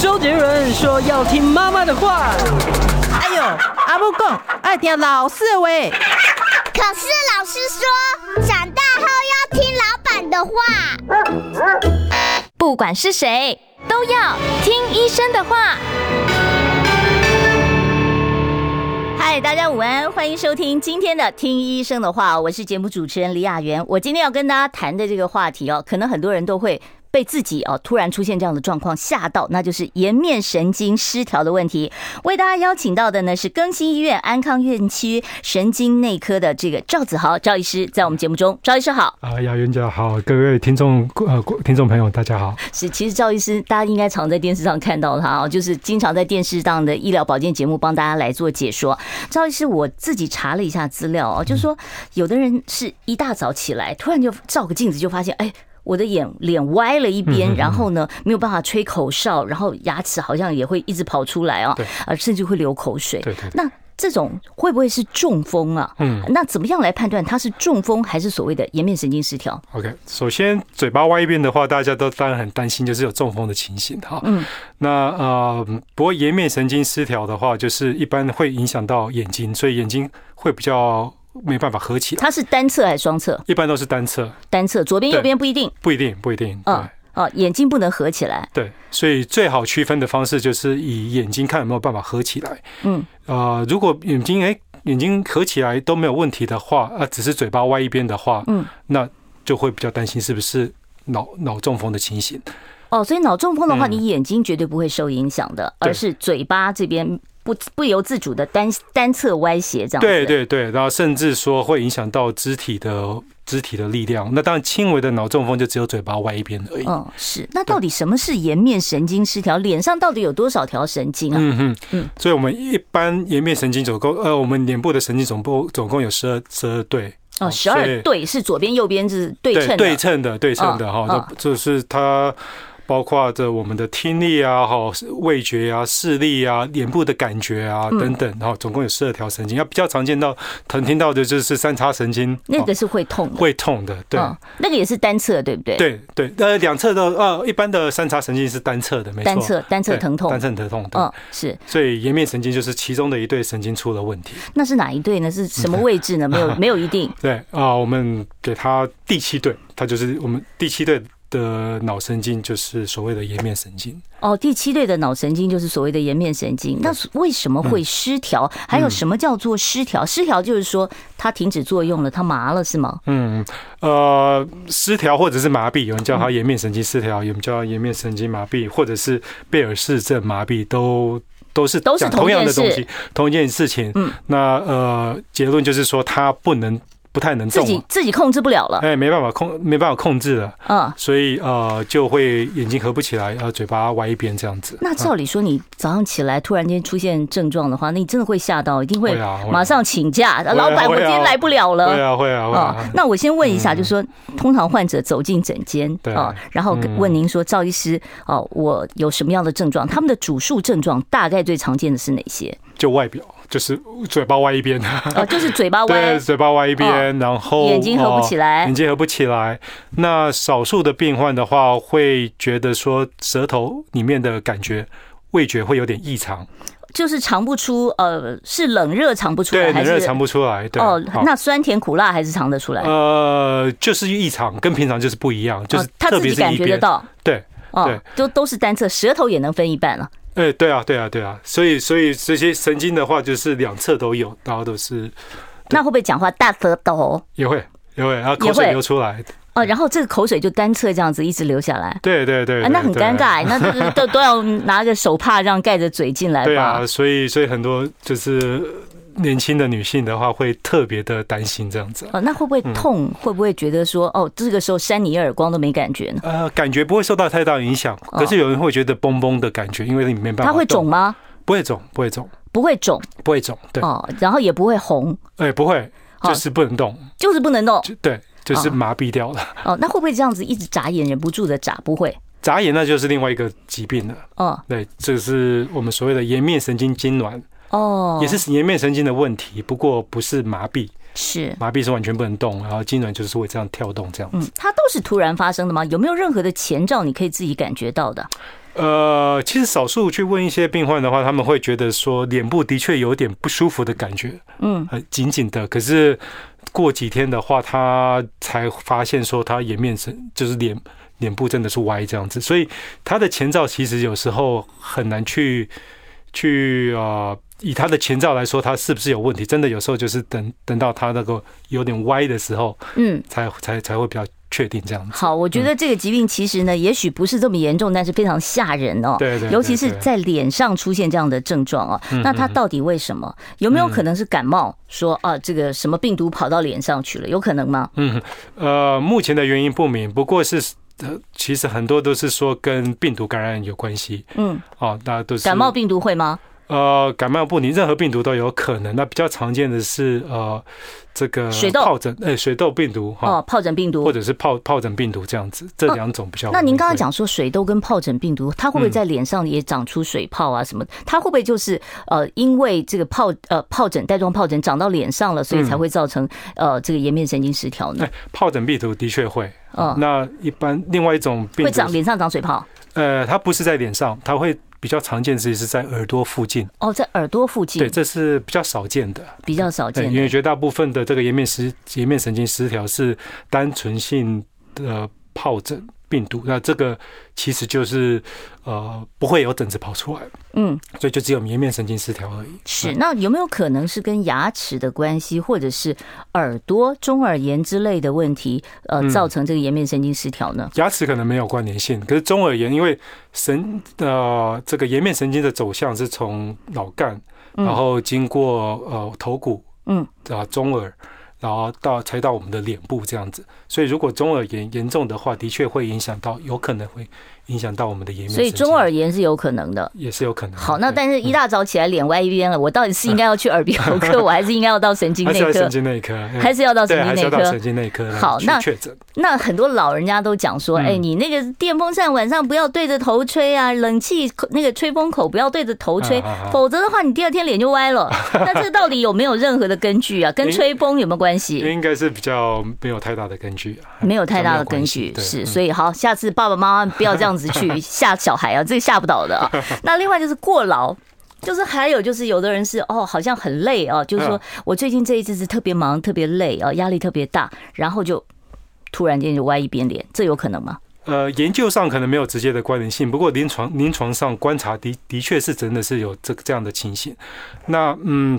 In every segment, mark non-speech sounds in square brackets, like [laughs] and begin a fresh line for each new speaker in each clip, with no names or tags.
周杰伦说要听妈妈的话。
哎呦，阿母讲爱听老师的话。
可是老师说，长大后要听老板的话。
不管是谁，都要听医生的话。嗨，大家午安，欢迎收听今天的《听医生的话》，我是节目主持人李雅媛。我今天要跟大家谈的这个话题哦，可能很多人都会。被自己哦突然出现这样的状况吓到，那就是颜面神经失调的问题。为大家邀请到的呢是更新医院安康院区神经内科的这个赵子豪赵医师，在我们节目中，赵医师好
啊，雅媛姐好，各位听众呃听众朋友大家好。
是，其实赵医师大家应该常在电视上看到他哦，就是经常在电视上的医疗保健节目帮大家来做解说。赵医师我自己查了一下资料哦，就说有的人是一大早起来突然就照个镜子就发现，哎。我的眼脸歪了一边，然后呢没有办法吹口哨，然后牙齿好像也会一直跑出来啊、哦，呃甚至会流口水。
对对,對。
那这种会不会是中风啊？嗯。那怎么样来判断它是中风还是所谓的颜面神经失调
？OK，首先嘴巴歪一边的话，大家都当然很担心，就是有中风的情形哈。嗯。那呃，不过颜面神经失调的话，就是一般会影响到眼睛，所以眼睛会比较。没办法合起来，
它是单侧还是双侧？
一般都是单侧，
单侧，左边右边不一定，
不一定，不一定。嗯，
哦，眼睛不能合起来。
对，所以最好区分的方式就是以眼睛看有没有办法合起来。嗯，啊，如果眼睛哎眼睛合起来都没有问题的话，啊，只是嘴巴歪一边的话，嗯，那就会比较担心是不是脑脑中风的情形。 [laughs]
哦，所以脑中风的话，
嗯
你眼睛绝对不会受影响的，而是嘴巴这边。不不由自主的单单侧歪斜这样，
对对对，然后甚至说会影响到肢体的肢体的力量。那当然，轻微的脑中风就只有嘴巴歪一边而已。
嗯，是。那到底什么是颜面神经失调？脸上到底有多少条神经啊？
嗯嗯嗯。所以我们一般颜面神经总共呃，我们脸部的神经总共总共有十二十二对。
哦，十二对是左边右边是对称嗯
对称的对称的哈、哦，就是它。包括着我们的听力啊、哈味觉啊、视力啊、脸部的感觉啊
嗯
等等，然后总共有十二条神经。要比较常见到，常听到的就是三叉神经，
那个是会痛的，嗯
会痛的，对、哦，
那个也是单侧，对不对？
对对，呃，两侧的呃，一般的三叉神经是单侧的，没错，
单侧单侧疼痛，
单侧疼痛，嗯、
哦，是。
所以颜面神经就是其中的一对神经出了问题。
那是哪一对呢？是什
嗯
么位置呢？没有没有一定。
对啊、呃，我们给它第七对，它就是我们第七对。的脑神经就是所谓的颜面神经
哦，第七类的脑神经就是所谓的颜面神经。那为什么会失调、嗯？还有什么叫做失调？失调就是说它停止作用了，它麻了，是吗？
嗯，呃，失调或者是麻痹，有人叫它颜面神经失调，有人叫它颜面神经麻痹，或者是贝尔氏症麻痹，都都是
都是
同样的东
西，
同一件事情。嗯，那呃，结论就是说它不能。不太能
自己自己控制不了了，
哎，没办法控，没办法控制了，嗯，所以呃就会眼睛合不起来，呃嘴巴歪一边这样子。
那照理说，你早上起来突然间出现症状的话，那你真的会吓到，一定会马上请假，老板我今天来不了了。
会啊会啊会啊。
那我先问一下，就是说，通常患者走进诊间啊，然后问您说，赵医师哦，我有什么样的症状？他们的主诉症状大概最常见的是哪些？
就外表。就是嘴巴歪一边，
哦，就是嘴巴
歪，对，嘴巴歪一边，然后
哦
哦
眼睛合不起来，
眼睛合不起来。那少数的病患的话，会觉得说舌头里面的感觉、味觉会有点异常，
就是尝不出，呃，是冷热尝不出来，
对，冷热尝不出来，对。
哦，那酸甜苦辣还是尝得出来？
呃，就是异常，跟平常就是不一样，就是
哦他啊自己感觉得到，
对，
哦，都都是单侧，舌头也能分一半了。
哎、欸，对啊，对啊，对啊，所以所以这些神经的话，就是两侧都有，然后都是。
那会不会讲话大舌头？
也会，也会，然后口水流出来。
哦，然后这个口水就单侧这样子一直流下来。
对对对,對,對,對、
啊，那很尴尬、欸，那都都都要拿个手帕让盖着嘴进来。
对啊，所以所以很多就是年轻的女性的话，会特别的担心这样子。
哦，那会不会痛？嗯、会不会觉得说，哦，这个时候扇你一耳光都没感觉呢？
呃，感觉不会受到太大影响，可是有人会觉得嘣嘣的感觉，因为你没办法。
哦它会肿吗？
不会肿，不会肿，
不会肿，
不会肿。对
哦，然后也不会红。
哎、欸，不会，就是不能动，哦、
就是不能动。
对。就是麻痹掉了
哦。哦，那会不会这样子一直眨眼，忍不住的眨？不会，
眨眼那就是另外一个疾病了。哦，对，这是我们所谓的颜面神经痉挛。哦，也是颜面神经的问题，不过不是麻痹，
是
麻痹是完全不能动，然后痉挛就是会这样跳动这样子。嗯，
它都是突然发生的吗？有没有任何的前兆你可以自己感觉到的？
呃，其实少数去问一些病患的话，他们会觉得说脸部的确有点不舒服的感觉，
嗯，
很紧紧的。可是过几天的话，他才发现说他颜面是就是脸脸部真的是歪这样子，所以他的前兆其实有时候很难去去啊、呃以他的前兆来说，他是不是有问题？真的有时候就是等等到他那个有点歪的时候，
嗯。
才才才会比较确定这样子。
好，我觉得这个疾病其实呢，也许不是这么严重，但是非常吓人哦。
对对对
尤其是
对嗯
在脸上出现这样的症状哦。那它到底为什么？有没有可能是感冒？说啊，这个什么病毒跑到脸上去了，有可能吗？
嗯，呃，目前的原因不明，不过是。呃，其实很多都是说跟病毒感染有关系
嗯，
哦，那都是
感冒病毒会吗？
呃，感冒不宁，任何病毒都有可能。那比较常见的是呃，这个
水痘
疱疹，呃，水痘病毒哈，
哦，疱疹病毒
或。者是疱疱疹病毒这样子，这两种比较容易会、
那您刚刚讲说水痘跟疱疹病毒，它会
嗯
不会在脸上也长出水泡啊什么？它会不会就是呃，因为这个疱呃疱疹带状疱疹长到脸上了，所
嗯
以才会造成呃这个颜面神经失调呢
哎？疱疹病毒的确会，
嗯
那一般另外一种病
会
毒
长，脸上长水泡
呃，它不是在脸上，它会比较常见，其实是在耳朵附近，
哦，在耳朵附
对，
近
这是比较少见的。
比较少
对，
见
因为
的。
绝大部分的这个颜面失颜面神经失调是单纯性的疱疹病毒，那这个其实就是呃不会有疹子跑出来，
嗯，
所以就只有颜面神经失调而已。
是。那有没有可能是跟牙齿的关系，或者是耳朵中耳炎之类的问题，
嗯
呃，造成这个颜面神经失调呢？
牙齿可能没有关联性，可是中耳炎因为神呃这个颜面神经的走向是从脑干，
嗯
然后经过呃头骨，
嗯，
啊中耳，然后到才到我们的脸部这样子。所以如果中耳炎严重的话，的确会影响到，有可能会影响到我们的颜面
所
神
以
经。
中耳炎是有可能的。
也是有可能的。
好，那
对嗯
但是一大早起来脸歪一边了，我到底是应该要去耳鼻喉科，我还是应该要到神经
[laughs] 还是
内科
要神？经内科，嗯
还是要到神
对，还是
经内
要到神
科？
经内科来
好
去
那
确诊。
那很多老人家都讲说，
嗯
哎，你那个电风扇晚上不要对着头吹啊，冷气口那个吹风口不要对着头吹
啊啊啊，
否则的话你第二天脸就歪
[laughs]
了。那这个到底有没有任何的根据啊？跟
因
吹风有没有关系？
应该是比较没有太大的根据啊，
没有太大的
比较没
根
有关系
据，
对
是，
嗯
所以好，下次爸爸妈妈不要这样子去 [laughs] 吓小孩啊，这个吓不倒的
[laughs]
啊。那另外就是过劳。就是还有就是有的人是哦，好像很累哦，就是说
嗯
我最近这一阵子特别忙，特别累啊，压力特别大，然后就突然间就歪一边脸，这有可能吗？
呃，研究上可能没有直接的关联性，不过临床临床上观察的的确是真的是有这这样的情形。那嗯，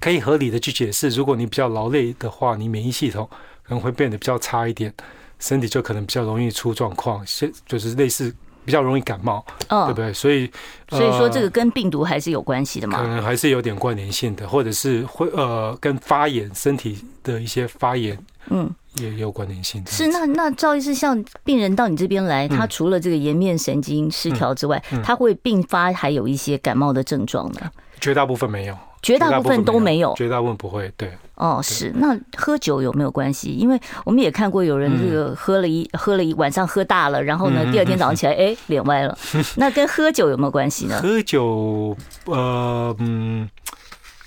可以合理的去解释，如果你比较劳累的话，你免疫系统可能会变得比较差一点，身体就可能比较容易出状况，现就是类似比较容易感冒，对
嗯
不，对？所以、
所以说这个
呃
跟病毒还是有关系的
可
嘛。
能还是有点关联性的，或者是会呃跟发炎身体的一些发炎
嗯，
也有关联性。
是那那赵医师，像病人到你这边来，他
嗯
除了这个颜面神经失调之外，他会并发还有一些感冒的症状呢，
绝大部分没有，
绝大部分都没有。
绝大部分不会，对。
哦，是那喝酒有没有关系？因为我们也看过有
嗯
人这个喝了一、喝了一晚上喝大了，然后呢，第二天早上起来，哎、脸歪
[laughs]
了。那跟喝酒有没有关系呢？
喝酒，呃，嗯，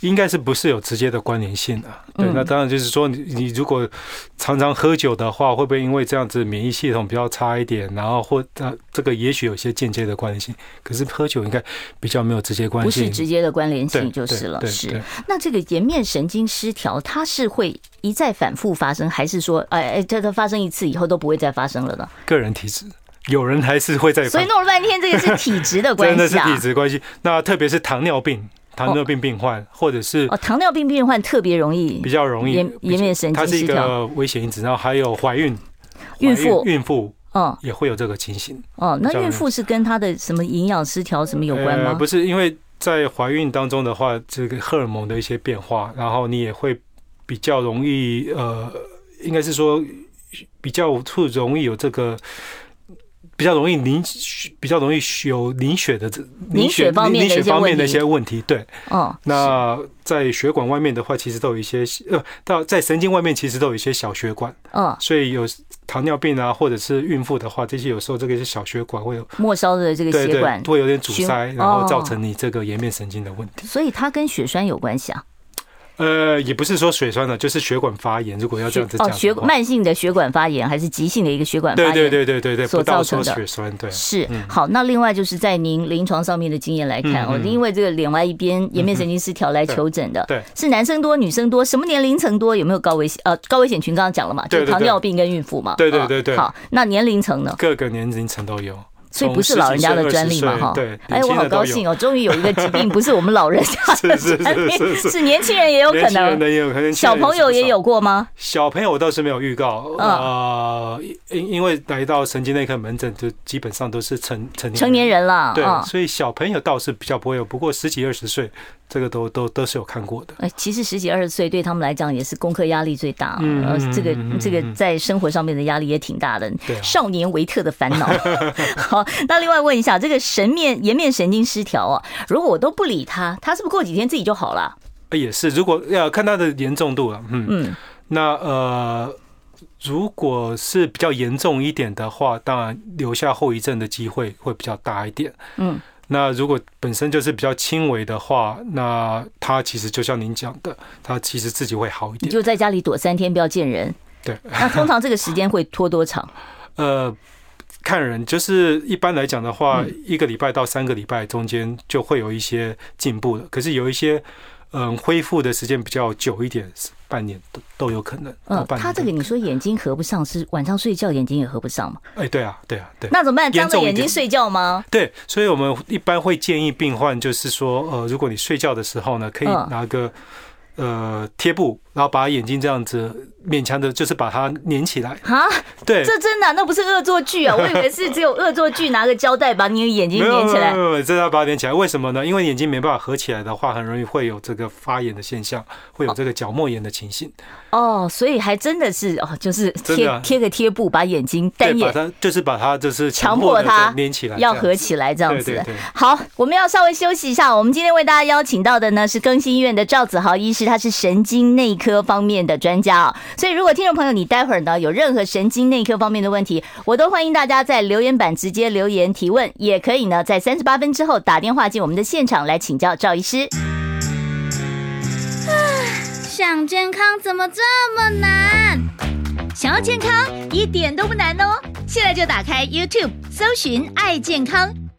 应该是不是有直接的关联性啊？对，
嗯
那当然就是说你，你如果常常喝酒的话，会不会因为这样子免疫系统比较差一点，然后或呃这个也许有些间接的关联性，可是喝酒应该比较没有直接关
不
系，
是直接的关联
对
性就是了。
对
是
对
那这个颜面神经失调，它是会一再反复发生，还是说，哎哎，这它发生一次以后都不会再发生了呢？
个人体质，有人还是会在
所以弄了半天，这个是体质的关
[laughs] 真的
系
是
啊。
体质关系。那特别是糖尿病，糖尿病病患、或者是
哦，糖尿病病患特别容易
比较容易
颜颜面神
它
经
是一
失调。
个危险因子，然后还有怀孕、
孕
怀
妇
孕妇
嗯
也会有这个情形。
哦，那
比较容易
孕妇是跟她的什么营养失调什么有关吗？
呃？不是，因为在怀孕当中的话，这个荷尔蒙的一些变化，然后你也会比较容易，呃，应该是说比较会容易有这个。比较容易凝，比较容易有凝血的这
凝血方面的
凝
一
血
些
方面
问
的一
题
些问题，对。
哦，
那在血管外面的话，其实都有一些呃，到在神经外面其实都有一些小血管，
嗯，
所以有糖尿病啊，或者是孕妇的话，这些有时候这个是小血管会有
末梢的这个
对
血
对
管，
会有点阻
循
塞，然后
哦
造成你这个颜面神经的问题。
所以它跟血栓有关系啊。
呃，也不是说水酸了，就是血管发炎。如果要啊这样子
哦，
讲的话，
血慢性的血管发炎还是急性的一个血管发
对
炎？
对对嗯对对对，
所
不到
造成
说
的
血栓，对，
是好，那另外就是在您临床上面的经验来看，哦，因为这个脸外一边颜面神经失调来求诊的，
嗯对对
是男生多、女生多，什么年龄层多，有没有高危险？呃，高危险群刚刚讲了嘛，就
对
是
对对
糖尿病跟孕妇嘛，
对对
啊
对对
好，那年龄层呢？
各个年龄层都有。
所以
从
不是老人家的专利嘛，
40岁
哈。
对，
哎，
年
我
轻
好
人都
高
有
兴哦，终于有一个疾病不是我们老人家的
[laughs] 是是
专利，
是是是
[laughs] 是年轻人也有可
年轻人
能，
也有可能，
小朋友也
有。
有过吗？
小朋友倒是没有预告，
嗯
呃，因因为来到神经内科门诊，就基本上都是成成年
成年人了，
对，
啊。
所以小朋友倒是比较不会有，不过十几二十岁，这个都都都是有看过的。
呃，其实十几二十岁对他们来讲也是功课压力最大，
嗯
呃，
嗯
这个
嗯嗯
这个
嗯
在生活上面的压力也挺大的。
对啊
少年维特的烦
[laughs]
恼。好，那另外问一下，这个神面颜面神经失调啊，如果我都不理他，他是不是过几天自己就好了？
呃也是，如果要、看他的严重度了，嗯，
嗯，
那呃，如果是比较严重一点的话，当然留下后遗症的机会会比较大一点。
嗯，
那如果本身就是比较轻微的话，那他其实就像您讲的，他其实自己会好一
你
点。
就在家里躲三天，不要见人。
对，
那通常这个时间会拖多长？
呃，看人，就是一般来讲的话，
嗯
一个礼拜到三个礼拜中间就会有一些进步了。可是有一些，嗯，恢复的时间比较久一点，半年都都有可能。
嗯
[laughs] 到，半年
他这个
都
你说眼睛合不上，是晚上睡觉眼睛也合不上吗？
哎，对啊，对啊，对。
那怎么办？张
严
着
重一
眼睛
点
睡觉吗？
对，所以我们一般会建议病患，就是说，呃，如果你睡觉的时候呢，可以
嗯
拿个、呃贴布，然后把眼睛这样子勉强的，就是把它粘起来。
啊，[laughs]
对，
这真的啊、那不是恶作剧啊！我以为是只有恶作剧，拿个胶带把你的眼睛
没有
粘起来
没。有没有，这要把它连起来。为什么呢？因为眼睛没办法合起来的话，很容易会有这个发炎的现象，会有这个角膜炎的情形。
哦，所以还真的是哦，就是
真的
贴
啊
贴个贴布，把眼睛
对，
单
把
眼
它就是把它就是
强迫
迫
它
连起来，
要
这样
合起来这样
对
子
对对。嗯
好，我们要稍微休息一下。我们今天为大家邀请到的呢是更新医院的赵子豪医师，他是神经内科方面的专家啊、所以如果听众朋友你待会儿呢有任何神经内科方面的问题，我都欢迎大家在留言板直接留言提问，也可以呢在三十八分之后打电话进我们的现场来请教赵医师。
想健康怎么这么难？
想要健康一点都不难哦！现在就打开 YouTube 搜寻“爱健康”，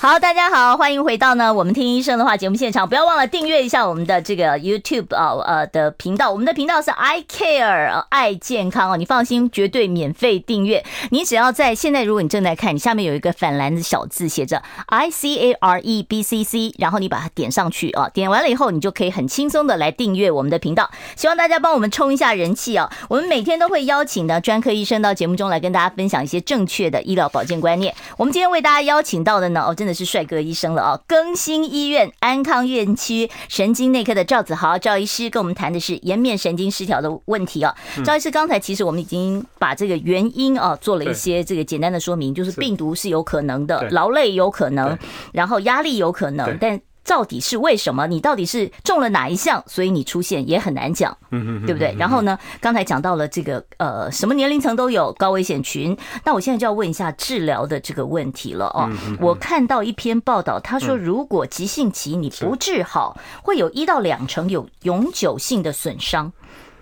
好，大家好，欢迎回到呢我们听医生的话节目现场，不要忘了订阅一下我们的这个 YouTube 啊呃的频道，我们的频道是 I Care 呃爱健康哦，你放心，绝对免费订阅。你只要在现在，如果你正在看，你下面有一个反蓝的小字写着 I C A R E B C C，然后你把它点上去啊，点完了以后，你就可以很轻松的来订阅我们的频道。希望大家帮我们冲一下人气啊！我们每天都会邀请呢专科医生到节目中来跟大家分享一些正确的医疗保健观念。我们今天为大家邀请到的呢，哦，真的是帅哥医生了啊！更新医院安康院区神经内科的赵子豪赵医师跟我们谈的是颜面神经失调的问题啊。赵医师，刚才其实我们已经把这个原因啊做了一些这个简单的说明，就是
是
病毒是有可能的，
对
劳累有可能
对，
然后压力有可能
对，
但。到底是为什么？你到底是中了哪一项，所以你出现也很难讲。
嗯嗯，
对不对？然后呢，刚才讲到了这个呃，什么年龄层都有高危险群。那我现在就要问一下治疗的这个问题了
嗯
哦。我看到一篇报道，他说如果急性期你不治好，会有一到两成有永久性的损伤。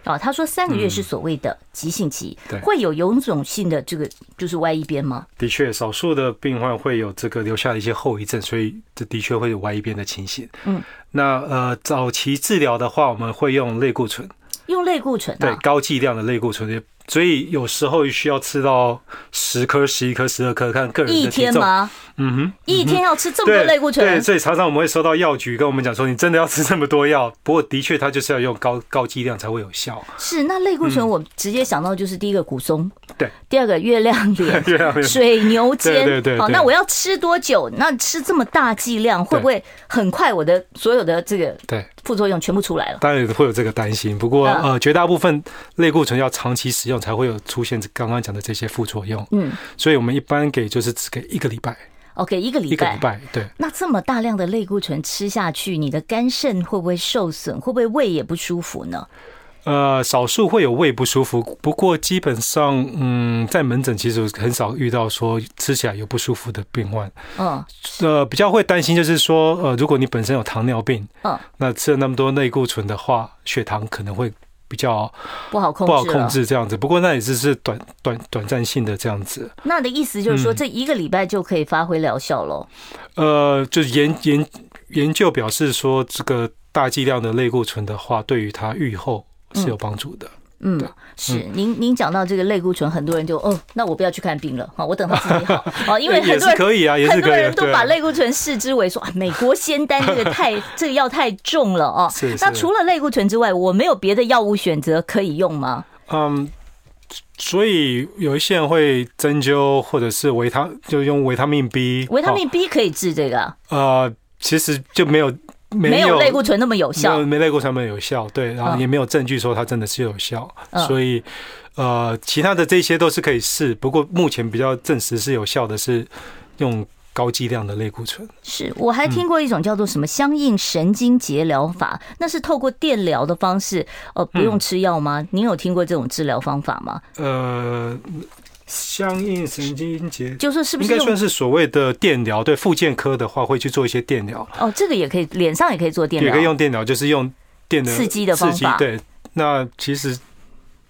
啊，他说三个月是所谓的急性期，
对
会有永久性的这个就是歪一边吗？
的确，少数的病患会有这个留下一些后遗症，所以这的确会有歪一边的情形。
嗯，
那呃，早期治疗的话，我们会用类固醇。
用类固醇
对
啊，
高剂量的类固醇，所以有时候需要吃到十颗、十一颗、十二颗，看个人
一
的体
天
重。
吗？
嗯哼，
一天要吃这么多
对
类固
对，
醇？
所以常常我们会收到药局跟我们讲说，你真的要吃这么多药。不过的确，它就是要用高高剂量才会有效。
是那类固醇，我直接想到就是第一个骨松，
嗯对，
第二个月亮
[laughs]
脸，
对啊，
水牛肩，
对对对
好，
对
那我要吃多久？那吃这么大剂量，会不会很快我的所有的这个
对，
副作用全部出来了？
当然会有这个担心。不过
嗯
呃，绝大部分类固醇要长期使用才会有出现刚刚讲的这些副作用。
嗯，
所以我们一般给就是只给一个礼拜。
OK，一个
一
礼
个
拜
礼。拜，对，
那这么大量的类固醇吃下去，你的肝肾会不会受损？会不会胃也不舒服呢？
呃，少数会有胃不舒服，不过基本上，嗯，在门诊其实很少遇到说吃起来有不舒服的病患。
嗯，
呃，比较会担心就是说，呃，如果你本身有糖尿病，
嗯，
那吃了那么多类固醇的话，血糖可能会比较
不好控
不
制了。啊
好控制这样子。不过那也只是短短短暂性的这样子。
那的意思就是说，
嗯
这一个礼拜就可以发挥疗效喽。
呃，就是研研研究表示说，这个大剂量的类固醇的话，对于它愈后是有帮助的。
嗯
对，
是您您讲到这个类固醇，很多人就哦，那我不要去看病了，好，我等他自己好
[laughs]
哦，因为很
也
多
是
人
可以啊，也是
很多
可以啊、
人都
对
把
啊。
类固醇视之为说啊，美国仙丹这个
[laughs]
太这个药太重了哦。
是
那
是
除了类固醇之外，我没有别的药物选择可以用吗？
嗯，所以有一些人会针灸，或者是维他，就用维他命 B。
维他命 B 可以治这个啊，
哦、呃，其实就没有
没
没
有
有嗯
类固醇那么有
没
效
有。没类固醇没有效，对，然后
嗯
也没有证据说它真的是有效，
嗯
所以呃，其他的这些都是可以试，不过目前比较证实是有效的是用高剂量的类固醇。
是我
嗯
还听过一种叫做什么相应神经节疗法，那是透过电疗的方式，呃，
嗯
不用吃药吗？您有听过这种治疗方法吗？
呃，相应神经节
就说是不
应
是
该算
用
是所谓的电疗，对，复健科的话会去做一些电疗，
哦，这个也可以，脸上也可以做电
也
疗，
可以用电疗，就是用电的
刺激的方
刺激
法
对，那其实。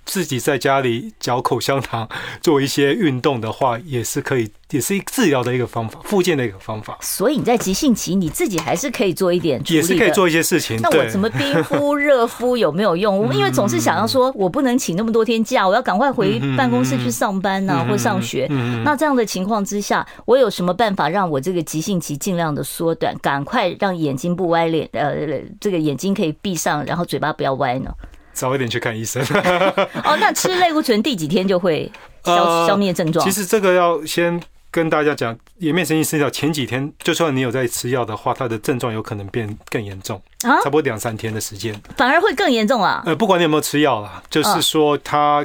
自己在家里嚼口香糖，做一些运动的话，也是可以，也是一治疗的一个方法，复健的一个方法。
所以你在急性期你自己还是可以做一点，
也是可以。做一些事情。
那我
对，
怎么冰敷、热敷有没有用？
[laughs]
我因为总是想要说，我不能请那么多天假，我要赶快回办公室去上班呐、
嗯
或上学。那这样的情况之下，我有什么办法让我这个急性期尽量的缩短，赶快让眼睛不歪脸，呃，这个眼睛可以闭上，然后嘴巴不要歪
[laughs]
呢？
早一点去看医生？
哦，那吃类固醇第几天就会消
呃
消灭症状
其？实这个要先跟大家讲，颜面神经失调前几天，就算你有在吃药的话，它的症状有可能变更严重，
啊
差不多两三天的时间。
反而会更严重啊！
呃，不管你有没有吃药啦，就是说它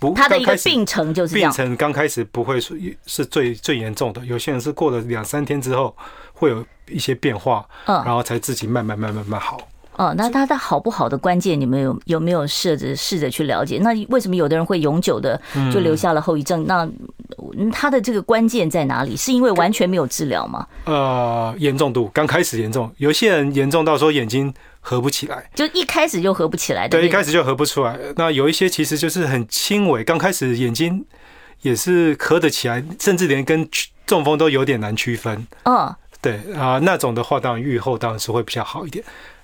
不
他嗯的一个
刚开始
病程就是这
病
样。
程刚开始不会是是最最严重的，有些人是过了两三天之后会有一些变化，
嗯
然后才自己慢慢慢慢慢慢好。
哦，那它的好不好的关键，你们有有没有试着试着去了解？那为什么有的人会永久的
嗯
就留下了后遗症？那嗯它的这个关键在哪里？是因为完全没有治疗吗？
呃，严重度刚开始严重，有些人严重到说眼睛合不起来。
就一开始就合不起来哎的那
对，
种？
一开始就合不出来。那有一些其实就是很轻微，刚开始眼睛也是合得起来，甚至连跟区中风都有点难区分。
嗯，
对啊、那种的话，当然愈后当然是会比较好一点。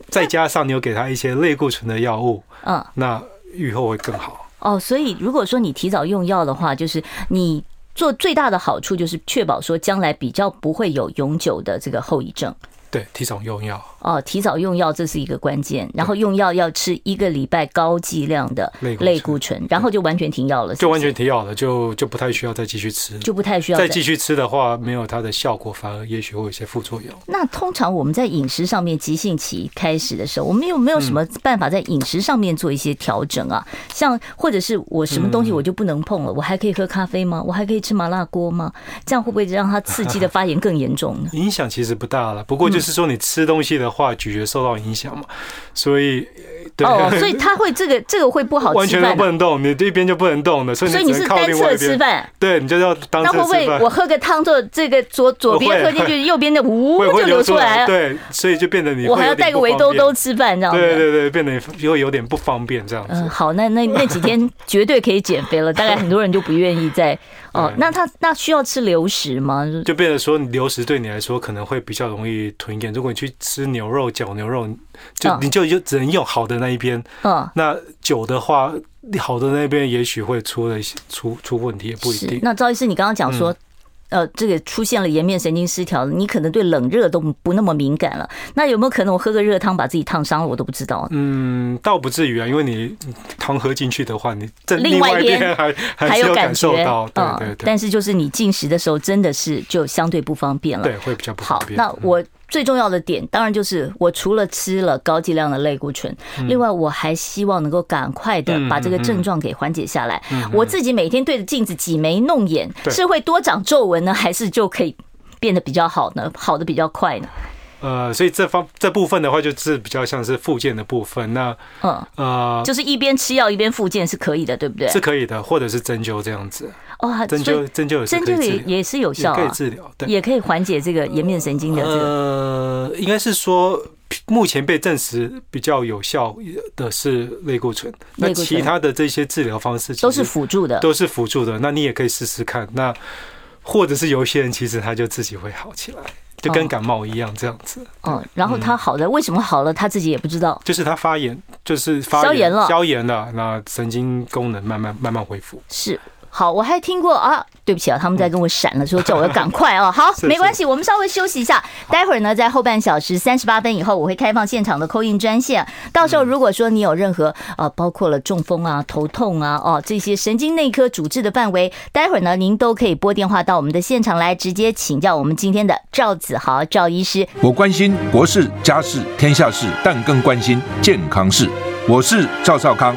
再加上你有给他一些类固醇的药物，
嗯，
那愈后会更好。
哦，所以如果说你提早用药的话，就是你做最大的好处就是确保说将来比较不会有永久的这个后遗症。
对，提早用药
哦，提早用药这是一个关键，然后用药要吃一个礼拜高剂量的
类固醇
类固醇，然后就完全停药了，是不是
就完全停药了，就就不太需要再继续吃。
就不太需要
再继续吃的话，没有它的效果，反而也许会有一些副作用。？
那通常我们在饮食上面急性期开始的时候，我们有没有什么办法在饮食上面做一些调整啊？像或者是我什么东西我就不能碰了，我还可以喝咖啡吗？我还可以吃麻辣锅吗？这样会不会让它刺激的发炎更严重呢
影响其实不大了，不过就是说你吃东西的话，咀嚼受到影响嘛，所以呃 [laughs] 对，
哦，所以它会这
[laughs]
个这个会不好
完
吃
全都
饭
不
啊、
能动，你这边就不能动的，所以
所以
你
你
只
是
能靠
单
另外
侧
一
吃
边。
饭。
对，你就要当
那会
侧
不
吃
会
饭，
我喝个汤，做这个左左边
会
喝进去，右边的呜
会会
就流
流
出来了？
对，所以就变得你
我
会
还要
有点
带个
不
围
方
兜
便
兜吃饭这样子。
对对对，变得你会有点不方便这样子。
嗯，好，那那那几
[laughs]
天绝对可以减肥了，大概很多人就不愿意再哦
对。
那他那需要吃流食吗？
就变得说，你流食对你来说可能会比较容易吞咽。如果你去吃牛肉、绞牛肉，就
嗯
你就就只能用好的那一边。
嗯，
那酒的话，好的那边也许会出了一些出出问题，也不一
哦是
定。。嗯
那赵医师，你刚刚讲说。呃，这个出现了颜面神经失调，你可能对冷热都不那么敏感了。那有没有可能我喝个热汤把自己烫伤了？我都不知道。
嗯，倒不至于啊，因为你糖喝进去的话，你在
另外一
一
边
边还还
还
是有
感觉
感
嗯
受到，，对对对，
但是就是你进食的时候，真的是就相对不方便了。
对会比较不方
好，
便。嗯
那我最重要的点当然就是，我除了吃了高剂量的类固醇，
嗯
另外我还希望能够赶快的把这个症状给缓解下来。我自己每天对着镜子挤眉弄眼，
嗯对
是会多长皱纹呢，还是就可以变得比较好呢？好的比较快呢？
呃，所以这方这部分的话，就是比较像是附件的部分。那
嗯，
呃，
就是一边吃药一边复健是可以的，对不对？
是可以的，或者是针灸这样子，
哇，
针
所以
灸针灸也是
针
可以
灸
治
也
疗，
也是有效
也可以
啊，
治疗。对，
也可以缓解这个颜面神经的这个。
呃，应该是说目前被证实比较有效的是类固醇，那
类固醇
其他的这些治疗方式其
都
实
是辅助的，
都是辅助的，那你也可以试试看。那或者是有一些人其实他就自己会好起来，就
哦
跟感冒一样这样子，
嗯，然后他好的，为什么好了，他自己也不知道。
就是他发炎，就是发
消炎了
消炎了，那神经功能慢慢慢慢恢复。
是，好，我还听过啊，对不起啊，他们在跟我闪了，说叫我要赶快
[laughs]
啊。好，
是
没关系，我们稍微休息一下，待会儿呢，在后半小时三十八分以后，我会开放现场的扣印专线，到时候如果说你有任何呃，包括了中风啊、头痛啊、哦这些神经内科主治的范围，待会儿呢，您都可以拨电话到我们的现场来，直接请教我们今天的赵子豪赵医师。
我关心国事、家事、天下事，但更关心健康事。我是赵少康，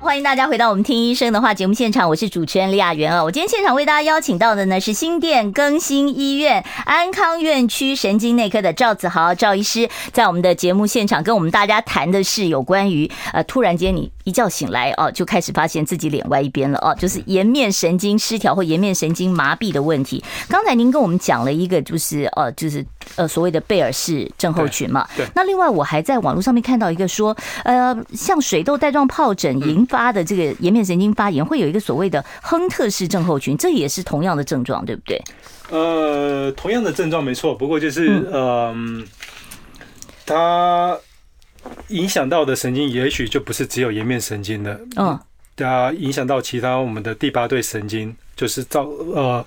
欢迎大家回到我们听医生的话节目现场，我是主持人李雅媛啊。我今天现场为大家邀请到的呢是新店更新医院安康院区神经内科的赵子豪赵医师，在我们的节目现场跟我们大家谈的是有关于呃，突然间你一觉醒来哦、就开始发现自己脸歪一边了哦、就是颜面神经失调或颜面神经麻痹的问题。刚才您跟我们讲了一个就是呃，就是呃所谓的贝尔氏症候群嘛，
对对
那另外我还在网络上面看到一个说，呃，像水痘带状疱疹
嗯
引发的这个颜面神经发炎，会有一个所谓的亨特氏症候群，这也是同样的症状，对不对？
呃，同样的症状没错，不过就是嗯、它影响到的神经也许就不是只有颜面神经了，
嗯，
它影响到其他我们的第八对神经，就是造呃，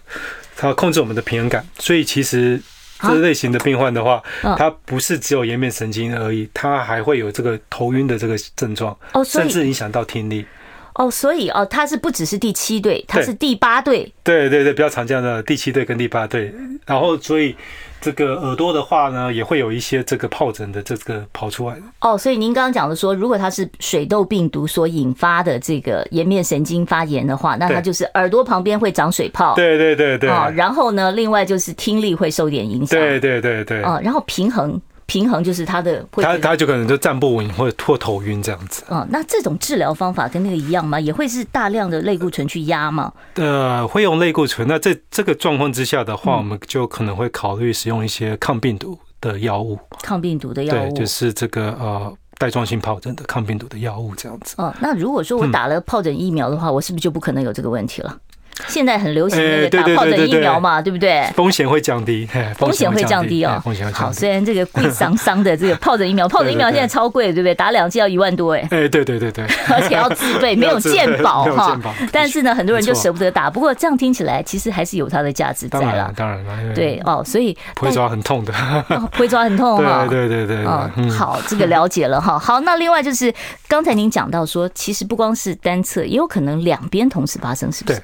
它控制我们的平衡感。所以其实
啊
这类型的病患的话，
嗯
它不是只有颜面神经而已，它还会有这个头晕的这个症状，
哦，所
甚
以
至影响到听力。
哦，所以哦，它是不只是第七对，它是第八对，
对对对，比较常见的第七对跟第八对，然后所以这个耳朵的话呢，也会有一些这个疱疹的这个跑出来。
哦，所以您刚刚讲的说，如果它是水痘病毒所引发的这个颜面神经发炎的话，那它
对
就是耳朵旁边会长水泡，
对对对对，
哦，然后呢，另外就是听力会受点影响，
对对对对，
哦，然后平衡平衡就是它的会
他他就可能就站不稳或者或头晕这样子。
哦，那这种治疗方法跟那个一样吗？也会是大量的类固醇去压吗？
呃，会用类固醇。那这这个状况之下的话，我们就可能会考虑使用一些抗病毒的药物，
抗病毒的药
对，
物？
就是这个呃带状性疱疹的抗病毒的药物这样子。
哦，那如果说
嗯
我打了疱疹疫苗的话，我是不是就不可能有这个问题了？现在很流行那
哎
个打
对对
疱
对
疹
对
疫
对
苗嘛，对不对？
风险会降低，嘿
风险会降
降
低哦
嘿风险会。降
好，
低。
虽然这个贵桑桑的这个疱疹疫
[laughs]
苗，疱疹疫苗现在超贵，对不对？打两剂要一万多哎。
哎、对对对对，
而且要自费，没有
[laughs] 要自费
健保
没有
哈
健保。
但是呢，很多人就
没错
舍不得打。不过这样听起来，其实还是有它的价值在
当然了，
啦。
当然了，因为
对哦，所以
不会抓很痛的。
但哦不会抓很痛哈。
[laughs] 对对对对对，
哦，
嗯，
好，这个了解了哈。好，那另外就是刚才您讲到说，其实不光是单侧，也有可能两边同时发生，是不是
对？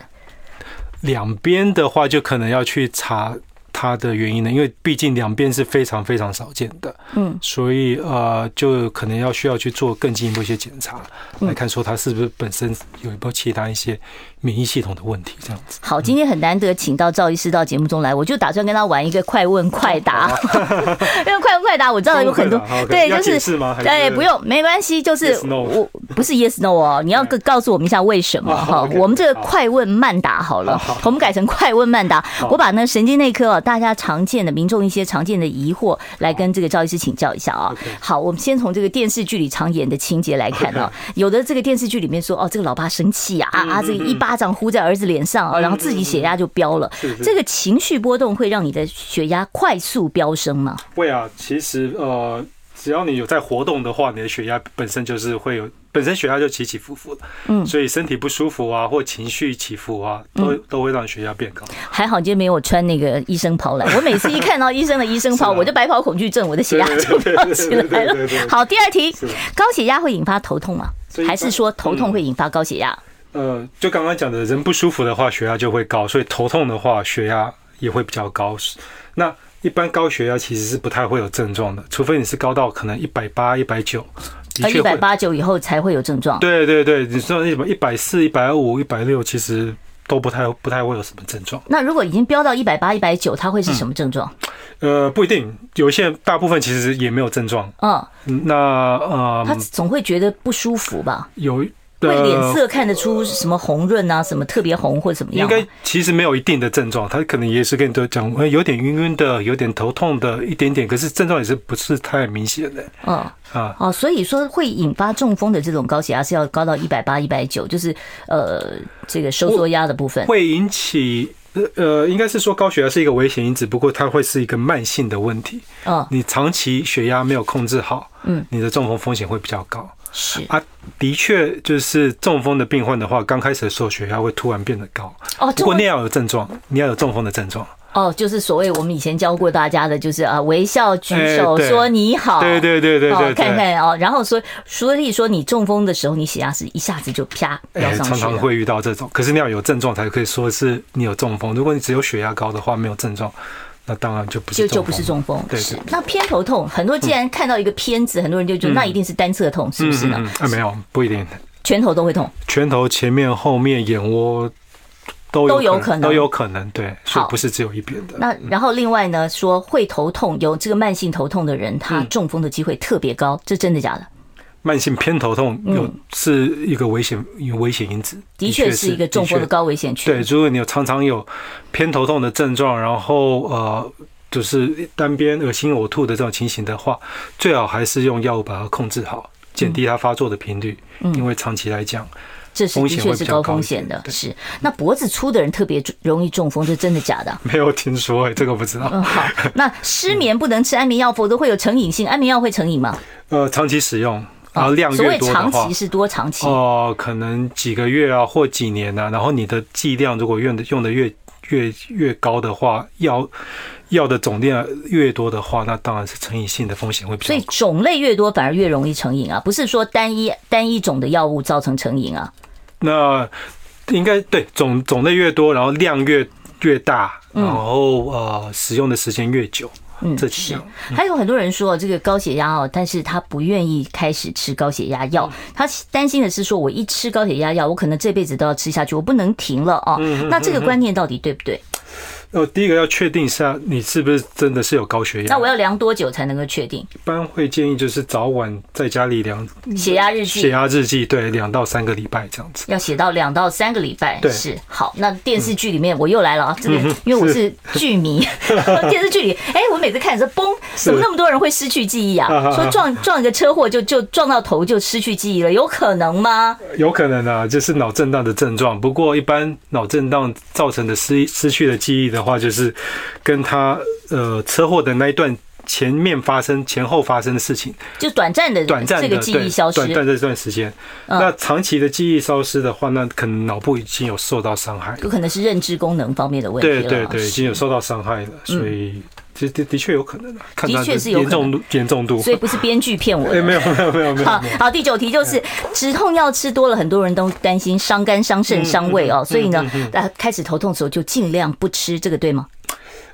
两边的话就可能要去查它的原因了，因为毕竟两边是非常非常少见的，
嗯，
所以呃，就可能要需要去做更进一步一些检查，
嗯
来看说它是不是本身有没有其他一些免疫系统的问题，这样子。
好，今天很难得请到赵医师到节目中来，我就打算跟他玩一个快问快答， [laughs] 因为快问快答我知道有很多
快问快答好，，OK
对，
要
就
解
是
释吗还是
对，不用，没关系，就是
Yes, no
我不是 yes no 哦，你要告告诉我们一下为什么
哦
哈？
OK，
我们这个
好
快问慢答好了
好好，
我们改成快问慢答。我把那神经内科哦，大家常见的民众一些常见的疑惑来跟这个赵医师请教一下啊
OK。
好，我们先从这个电视剧里常演的情节来看
[laughs]
啊，有的这个电视剧里面说哦，这个老爸生气啊
嗯
啊啊，这个一巴掌呼在儿子脸上啊，然后自己血压就飙了。
是是
这个情绪波动会让你的血压快速飙升吗？
会啊，其实呃，只要你有在活动的话，你的血压本身就是会有，本身血压就起起伏伏的，嗯，所以身体不舒服啊，或情绪起伏啊，
嗯
都会都会让血压变高。
还好今天没有穿那个医生袍来。
[laughs]
我每次一看到医生的医生袍，
是啊
我就白袍恐惧症，我的血压就
对对对
飙起
对
来
对对对
了。
对
好，第二题
是，
高血压会引发头痛吗
所？以嗯
还是说头痛会引发高血压？
呃，就刚刚讲的，人不舒服的话，血压就会高，所以头痛的话，血压也会比较高。那一般高血压其实是不太会有症状的，除非你是高到可能一百八、一百九，的
而
确
啊一百
会。
八九以后才会有症状。
对对对，你说什么一百四、一百五、一百六，其实都不太不太会有什么症状。
那如果已经飙到一百八、一百九，它会是什么症状？
呃，不一定，有一些人大部分其实也没有症状。
嗯，
那
他
呃，
总会觉得不舒服吧？
有
会脸
呃，
色看得出什么红润啊，什么特别红或怎么样
应
吗？
该其实没有一定的症状，他可能也是跟你都讲，呃，有点晕晕的，有点头痛的，一点点，可是症状也是不是太明显的
嗯。
啊。
哦，所以说会引发中风的这种高血压是要高到一百八、一百九，就是呃这个收缩压的部分。
会引起呃呃，应该是说高血压是一个危险因子，不过它会是一个慢性的问题。
嗯，
你长期血压没有控制好，
嗯，
你的中风风险会比较高
是
啊。的确，就是中风的病患的话，刚开始的时候血压会突然变得高，
哦，
不
中
过你
风
要有症状，你要有中风的症状。
哦，就是所谓我们以前教过大家的，就是啊微笑举
哎
手
对
说你好，
对对对对
哦
对，
看
对，
看哦，然后说所以说你中风的时候，你血压是一下子就啪飙
哎，
上
常
去
常
了。
会遇到这种，可是你要有症状才可以说是你有中风。如果你只有血压高的话，没有症状，那当然就不
就是就不是
风。
中风，
对对
是那偏头痛，很多既然看到一个片子，很多人就觉得那一定是单侧痛，是不是呢？
嗯嗯嗯嗯啊，没有，不一定，
拳头都会痛。
拳头前面、后面、眼窝都
都有
有
可能
都有可能，对，所以
好
不是只有一边的。
那然后另外呢，说会头痛，有这个慢性头痛的人，
嗯
他中风的机会特别高，这真的假的？
慢性偏头痛有、是一个危险有危险因子，
嗯的确是一个中风的
的确
高危险区。
对，，如果你有常常有偏头痛的症状，然后呃。就是单边恶心呕吐的这种情形的话，最好还是用药物把它控制好，
嗯
减低它发作的频率。因为长期来讲，
这是的
风险
确
会
是
比较
高
高
风
一
险
点
的。
对
是，那脖子粗的人特别容易中风，这真的假的？
没有听说、 [laughs] 欸，这个不知道。
嗯，好。那失眠不能吃安眠药，否则会有成瘾性。安眠药会成瘾吗？
呃，长期使用，然后啊量
啊所谓
越多的话，
长期是多长期？
哦、可能几个月啊，或几年啊，然后你的剂量如果用的用的越越越高的话，药药的总量越多的话，那当然是成瘾性的风险会比
所
较
以
高。
种类越多，反而越容易成瘾啊！不是说单一单一种的药物造成成瘾啊。
那应该对种种类越多，然后量越越大，然后、呃使用的时间越久，
嗯，
这几
是
样。
还有很多人说这个高血压哦，但是他不愿意开始吃高血压药，他担心的是说，我一吃高血压药，我可能这辈子都要吃下去，我不能停了哦。那这个观念到底对不对？
呃，第一个要确定一下你是不是真的是有高血压。
那我要量多久才能够确定
一般会建议就是早晚在家里量
血压日
血
记？
压日记，对，两到三个礼拜这样子。
要写到两到三个礼拜
对
是好，那电视剧里面我又来了啊，这个因为我是剧迷，电视剧里，哎，我每次看的时候，嘣，怎么那么多人会失去记忆啊？说撞撞一个车祸就就撞到头就失去记忆了，有可能吗？
有可能啊，就是脑震荡的症状。不过，一般脑震荡造成的失失去的记忆的话，就是跟他呃车祸的那一段前面发生、前后发生的事情，
就短暂的
短暂
这
的
个记忆
对
消失，嗯
短暂的这段时间。那长期的记忆消失的话，那可能脑部已经有受到伤害。
有可能是认知功能方面的问题了。
对对对，已
是嗯
经有受到伤害了，所以这的的确有可能啊，看
的
他
确
的
是有
严
可能
重度严重度。
所以不是编剧骗我
[laughs] 哎，没
的。
有没有没有没有
好
没有，
好，第九题就是止痛药吃多了，很多人都担心伤肝、伤肾、伤胃
嗯
哦，所以呢，呃，开始头痛的时候就尽量不吃，这个对吗？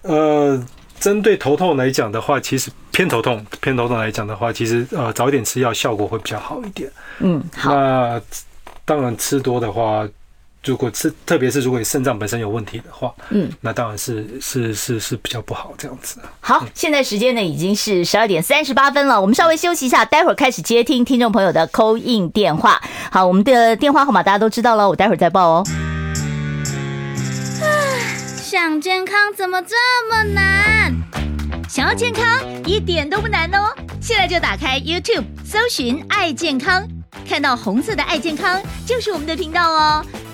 呃，针对头痛来讲的话，其实偏头痛，偏头痛来讲的话，其实呃早一点吃药效果会比较好一点。
嗯，好，
那当然吃多的话，如果吃，特别是如果你肾脏本身有问题的话，
嗯，
那当然是是是是比较不好这样子。
好，现在时间呢已经是十二点三十八分了，我们稍微休息一下，待会儿开始接听听众朋友的扣印电话。好，我们的电话号码大家都知道了，我待会儿再报哦。
想健康怎么这么难？想要健康一点都不难哦！现在就打开 YouTube 搜寻“爱健康”，看到红色的“爱健康”就是我们的频道哦。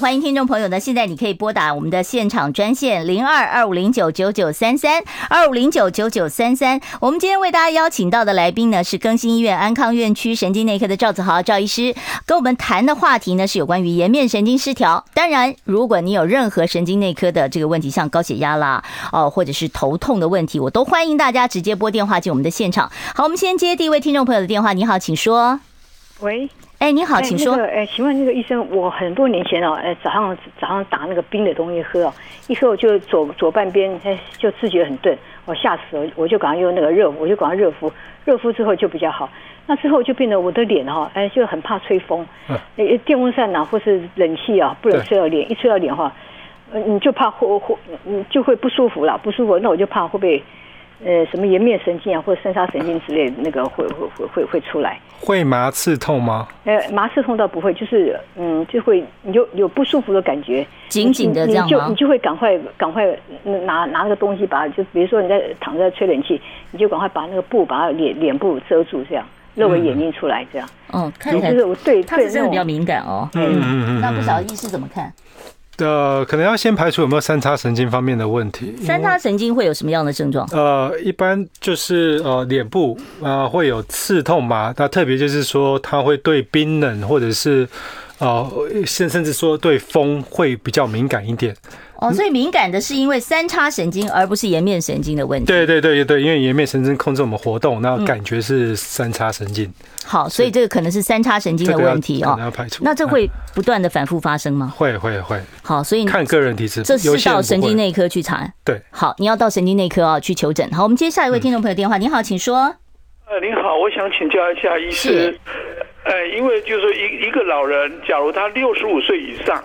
欢迎听众朋友呢，现在你可以拨打我们的现场专线零二二五零九九九三三二五零九九九三三。我们今天为大家邀请到的来宾呢是更新医院安康院区神经内科的赵子豪赵医师，跟我们谈的话题呢是有关于颜面神经失调。当然，如果你有任何神经内科的这个问题，像高血压啦，哦、或者是头痛的问题，我都欢迎大家直接拨电话进我们的现场。好，我们先接第一位听众朋友的电话。你好，请说。
喂，
哎，你好，
哎
请说。
那个，哎，请问那个医生，我很多年前哦，哎，早上早上打那个冰的东西喝哦，一喝我就左左半边哎就知觉很钝，我吓死了，我就赶快用那个热，我就赶快热敷，热敷之后就比较好。那之后就变得我的脸哈、哦，哎，就很怕吹风，
嗯
哎，电风扇呐、或是冷气啊，不能吹到脸，一吹到脸哈、呃，你就怕或或你就会不舒服了，不舒服，那我就怕会被。呃，什么颜面神经啊，或者三叉神经之类的那个会会会会会出来。
会麻刺痛吗？
呃，麻刺痛倒不会，就是嗯，就会你就有不舒服的感觉，
紧紧的
你
这样
你就
吗
你就会赶快赶快拿拿那个东西把，就比如说你在躺在吹冷气，你就赶快把那个布把脸脸部遮住，这样露个眼睛出来，这样。
哦，看起来
就是我对
他是
对
真
那
的比较
种
敏感哦。
嗯嗯嗯
那不晓得医师怎么看？
呃，可能要先排除有没有三叉神经方面的问题。
三叉神经会有什么样的症状？
呃，一般就是呃脸部啊、呃、会有刺痛麻，那特别就是说它会对冰冷或者是呃甚甚至说对风会比较敏感一点。
哦，所以敏感的是因为三叉神经，而不是颜面神经的问题。
对对对对，因为颜面神经控制我们活动，那感觉是三叉神经、
好，所以这个可能是三叉神经
这
的
个要
问题
可能
哦
要。排除。
那这
嗯、
会不断的反复发生吗？
会会会
好，所以
看个人体质，
这
有
是
些人
到
不
神
会
经内科去查。
对。
好，你要到神经内科啊去求诊。好，我们接下一
嗯
位听众朋友电话。你好，请说。
呃，您好，我想请教一下医师
是，
呃，因为就是说一一个老人，假如他六十五岁以上，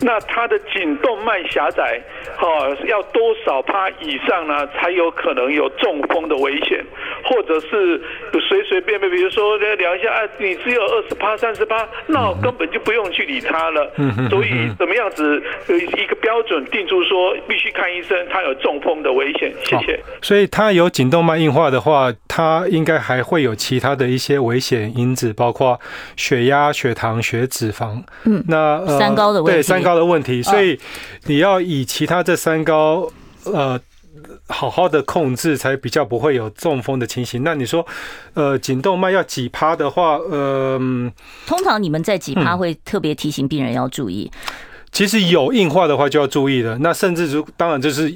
那他的颈动脉狭窄，哦，要多少趴以上呢，才有可能有中风的危险，或者是随随便便，比如说聊一下，啊，你只有二十趴、三十趴，那我根本就不用去理他了。
嗯哼
所以怎么样子有一个标准定出说必须看医生，他有中风的危险？谢谢。
所以它有颈动脉硬化的话，它应该还会有其他的一些危险因子，包括血压、血糖、血脂肪。嗯，那、呃
三高的问题
对三高的问题，所以你要以其他这三高呃好好的控制，才比较不会有中风的情形。那你说，呃，颈动脉要几趴的话，呃。嗯
通常你们在几趴会特别提醒病人要注意。
其实有硬化的话就要注意了。那甚至如当然就是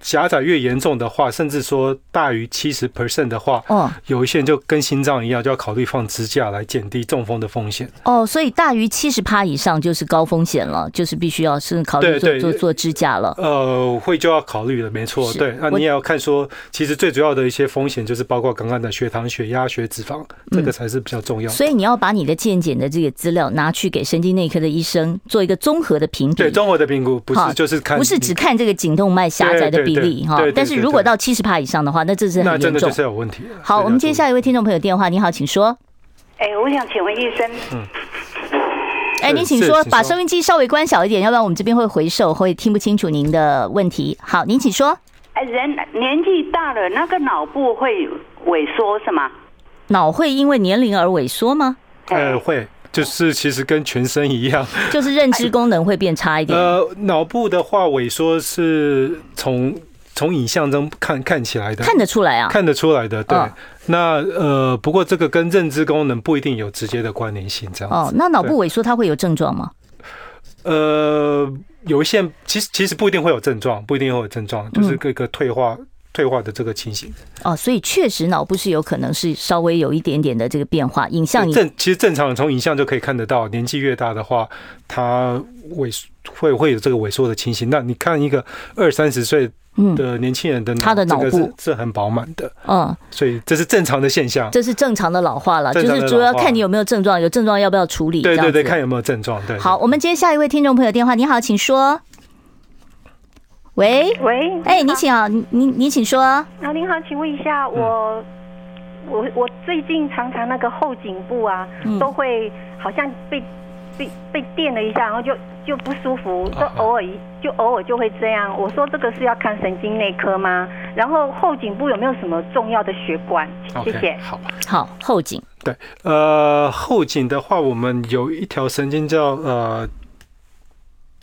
狭窄越严重的话，甚至说大于七十 percent 的话，
哦
有一些人就跟心脏一样，就要考虑放支架来减低中风的风险。
哦，所以大于七十趴以上就是高风险了，就是必须要是考虑
对
做
对
做做支架了。
呃，会就要考虑了，没错。
是
对，那
我
你也要看说，其实最主要的一些风险就是包括刚刚的血糖、血压、血脂肪，这个才是比较重要
嗯
的。
所以你要把你的健检的这个资料拿去给神经内科的医生做一个综合的评比。
对综合的评估，不
好
是就是看
不是只看这个颈动脉狭窄的比例
对对对
哈
对对，对
但是如果到七十帕以上的话，那这是
那
很
真
严
的就
重。
是有问题啊了。
好，我们接下一位听众朋友电话，你好，请说。
哎，我想请问医生，
嗯
哎，
是
您请
是
说，
请
把
说
收音机稍微关小一点，要不然我们这边会回收，会听不清楚您的问题。好，您请说。
哎，人年纪大了，那个脑部会萎缩是吗？
脑会因为年龄而萎缩吗？
对对对呃，会就是其实跟全身一样，
就是认知功能会变差一点。
呃，脑部的话萎缩是从从影像中看看起来的，
看得出来啊，
看得出来的。对，
嗯
那呃，不过这个跟认知功能不一定有直接的关联性，这样
哦
子。，
那脑部萎缩它会有症状吗？
呃，有一些其实其实不一定会有症状，不一定会有症状，
嗯
就是各个退化。退化的这个情形，
哦，所以确实脑部是有可能是稍微有一点点的这个变化，影像你
正其实正常人从影像就可以看得到，年纪越大的话，他萎缩会会有这个萎缩的情形。那你看一个二三十岁
嗯
的年轻人的脑，
他的脑
这个是
部
是很饱满的，
嗯，
所以这是正常的现象。
这是正常的老化了，就
正常的
是主要
老化
看你有没有症状，有症状要不要处理。
对
这样子
对对，看有没有症状。对，
好，我们接下一位听众朋友电话。你好，请说。喂，
喂，
哎、你请啊，你你你请说。
啊，您好，请问一下，我、我我最近常常那个后颈部啊，都会好像被。被被电了一下，然后就就不舒服，
啊
就偶尔一就偶尔就会这样。我说这个是要看神经内科吗？然后后颈部有没有什么重要的血管？谢
OK，
谢。
好，
好，后颈
对，呃，后颈的话，我们有一条神经叫呃。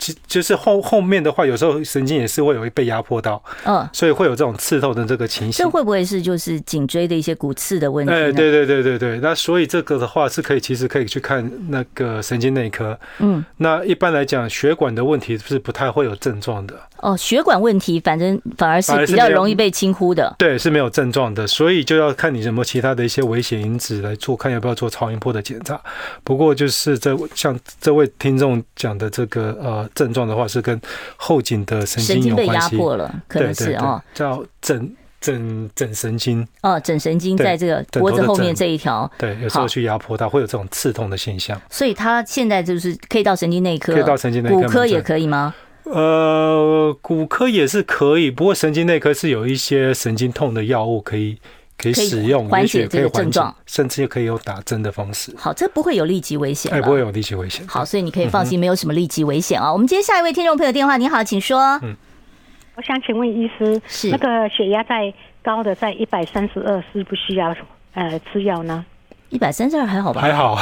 其就是后后面的话，有时候神经也是会有被压迫到，
嗯，
所以会有这种刺痛的这个情形
这。会不会是就是颈椎的一些骨刺的问题呢？
哎，对对对对对，那所以这个的话是可以，其实可以去看那个神经内科。
嗯，
那一般来讲，血管的问题是不太会有症状的，
哦，血管问题，反正反而是
反而是
比较
没有
容易被轻忽的。
对，是没有症状的，所以就要看你有没有其他的一些危险因子来做，看要不要做超音波的检查。不过就是这像这位听众讲的这个呃症状的话，是跟后颈的神
神
经
经
有
被
关
压
系，
迫了，可能
对
是
对对
哦
叫枕枕枕神经，
哦，枕神经
对
在这个
枕
脖
头
子
的
后面
枕
这一条，
对，有时候
好
去压迫它会有这种刺痛的现象。
所以他现在就是可以到神经内科，
可以到神经内科
骨
门
科也
诊
可以吗？
呃，骨科也是可以，不过神经内科是有一些神经痛的药物可以可以
可以
使用，
缓
也
解
许
这
可以
个
缓
症
解
状，
甚至也可以有打针的方式，
好，这不会有立即危险
哎，
了。
不会有力嗯气危险。
好，所以你可以放心，没有什么立即危险啊。我们接下一位听众朋友电话，你好，请说。
嗯
我想请问医师，
是
那个血压在高的在一百三十二，需不需要呃吃药呢？
一百三十二还好吧？
[laughs] 还好，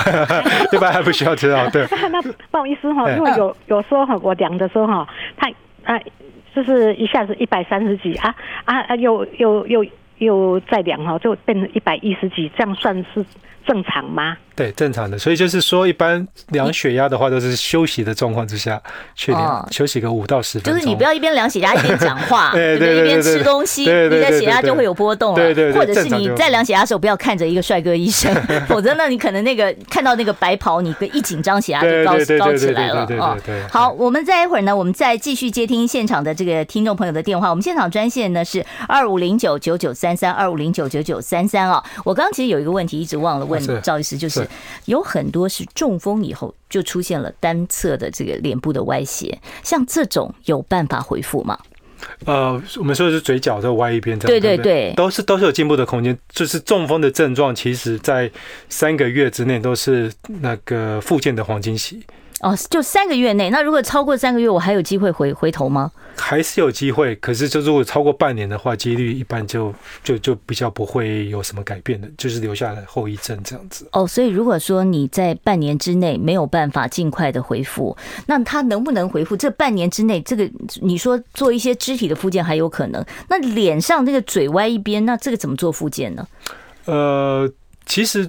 一般还不需要吃药。
[laughs]
对，
那不好意思哈，
哎
因为有有时候哈我量的时候哈，它啊就是一下子一百三十几啊啊啊，又又又又再量哈，就变成一百一十几，这样算是正常吗？
对，正常的。所以就是说，一般量血压的话，都是休息的状况之下去量，
哦
休息个五到十分
就
钟。
是你不要一边量血压一边讲
[laughs]
话，
哎
不对？
对对
一边
对
吃
对
东西，
对对
你的
对
血
对
压
对
就会有波动了。
对对对
或者是
正常
你
就
在量血压的时候不要看着一个帅哥医
[laughs]
生，否则呢，你可能那个 [laughs] 看到那个白袍，你一紧张血压就
对
高
对对
高
对
起
对
来了
对对
啊
对对。对
好，我们再一会儿呢，我们再继续接听现场的这个听众朋友的电话。我们现场专线呢是二五零九九九三三二五零九九九三三啊。我刚刚其实有一个问题一直忘了问
啊是
赵医师，就是
是
有很多是中风以后就出现了单侧的这个脸部的歪斜，像这种有办法恢复吗？
呃，我们说的是嘴角在歪一边，这样
对
对
对
不
对
都是都是有进步的空间。就是中风的症状，其实在三个月之内都是那个复健的黄金期，
哦，就三个月内。那如果超过三个月，我还有机会回回头吗？
还是有机会。可是就如果超过半年的话，几率一般就就就比较不会有什么改变的，就是留下来后遗症这样子。
哦，所以如果说你在半年之内没有办法尽快的恢复，那他能不能恢复？这半年之内，这个你说做一些肢体的复健还有可能，那脸上这个嘴歪一边，那这个怎么做复健呢？
呃，其实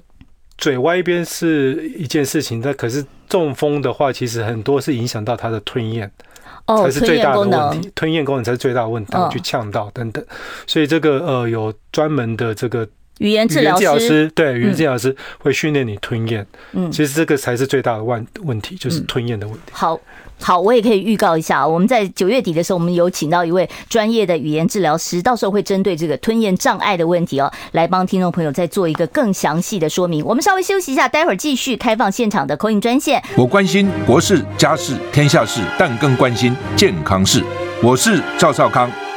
嘴歪一边是一件事情，但可是中风的话，其实很多是影响到它的吞咽。
哦，
才是
吞
最
咽
大的
功
问
能
题，吞咽功能才是最大的问题，
嗯
去呛到等等。所以这个呃有专门的这个
语言
语
嗯治
言
疗
治疗
师，
师，对语言治疗师会训练你吞咽。
嗯
其实这个才是最大的问问题，就是吞咽的问题。
好好，我也可以预告一下，我们在九月底的时候，我们有请到一位专业的语言治疗师，到时候会针对这个吞咽障碍的问题哦，来帮听众朋友再做一个更详细的说明。我们稍微休息一下，待会儿继续开放现场的口音专线。
我关心国事、家事、天下事，但更关心健康事。我是赵少康，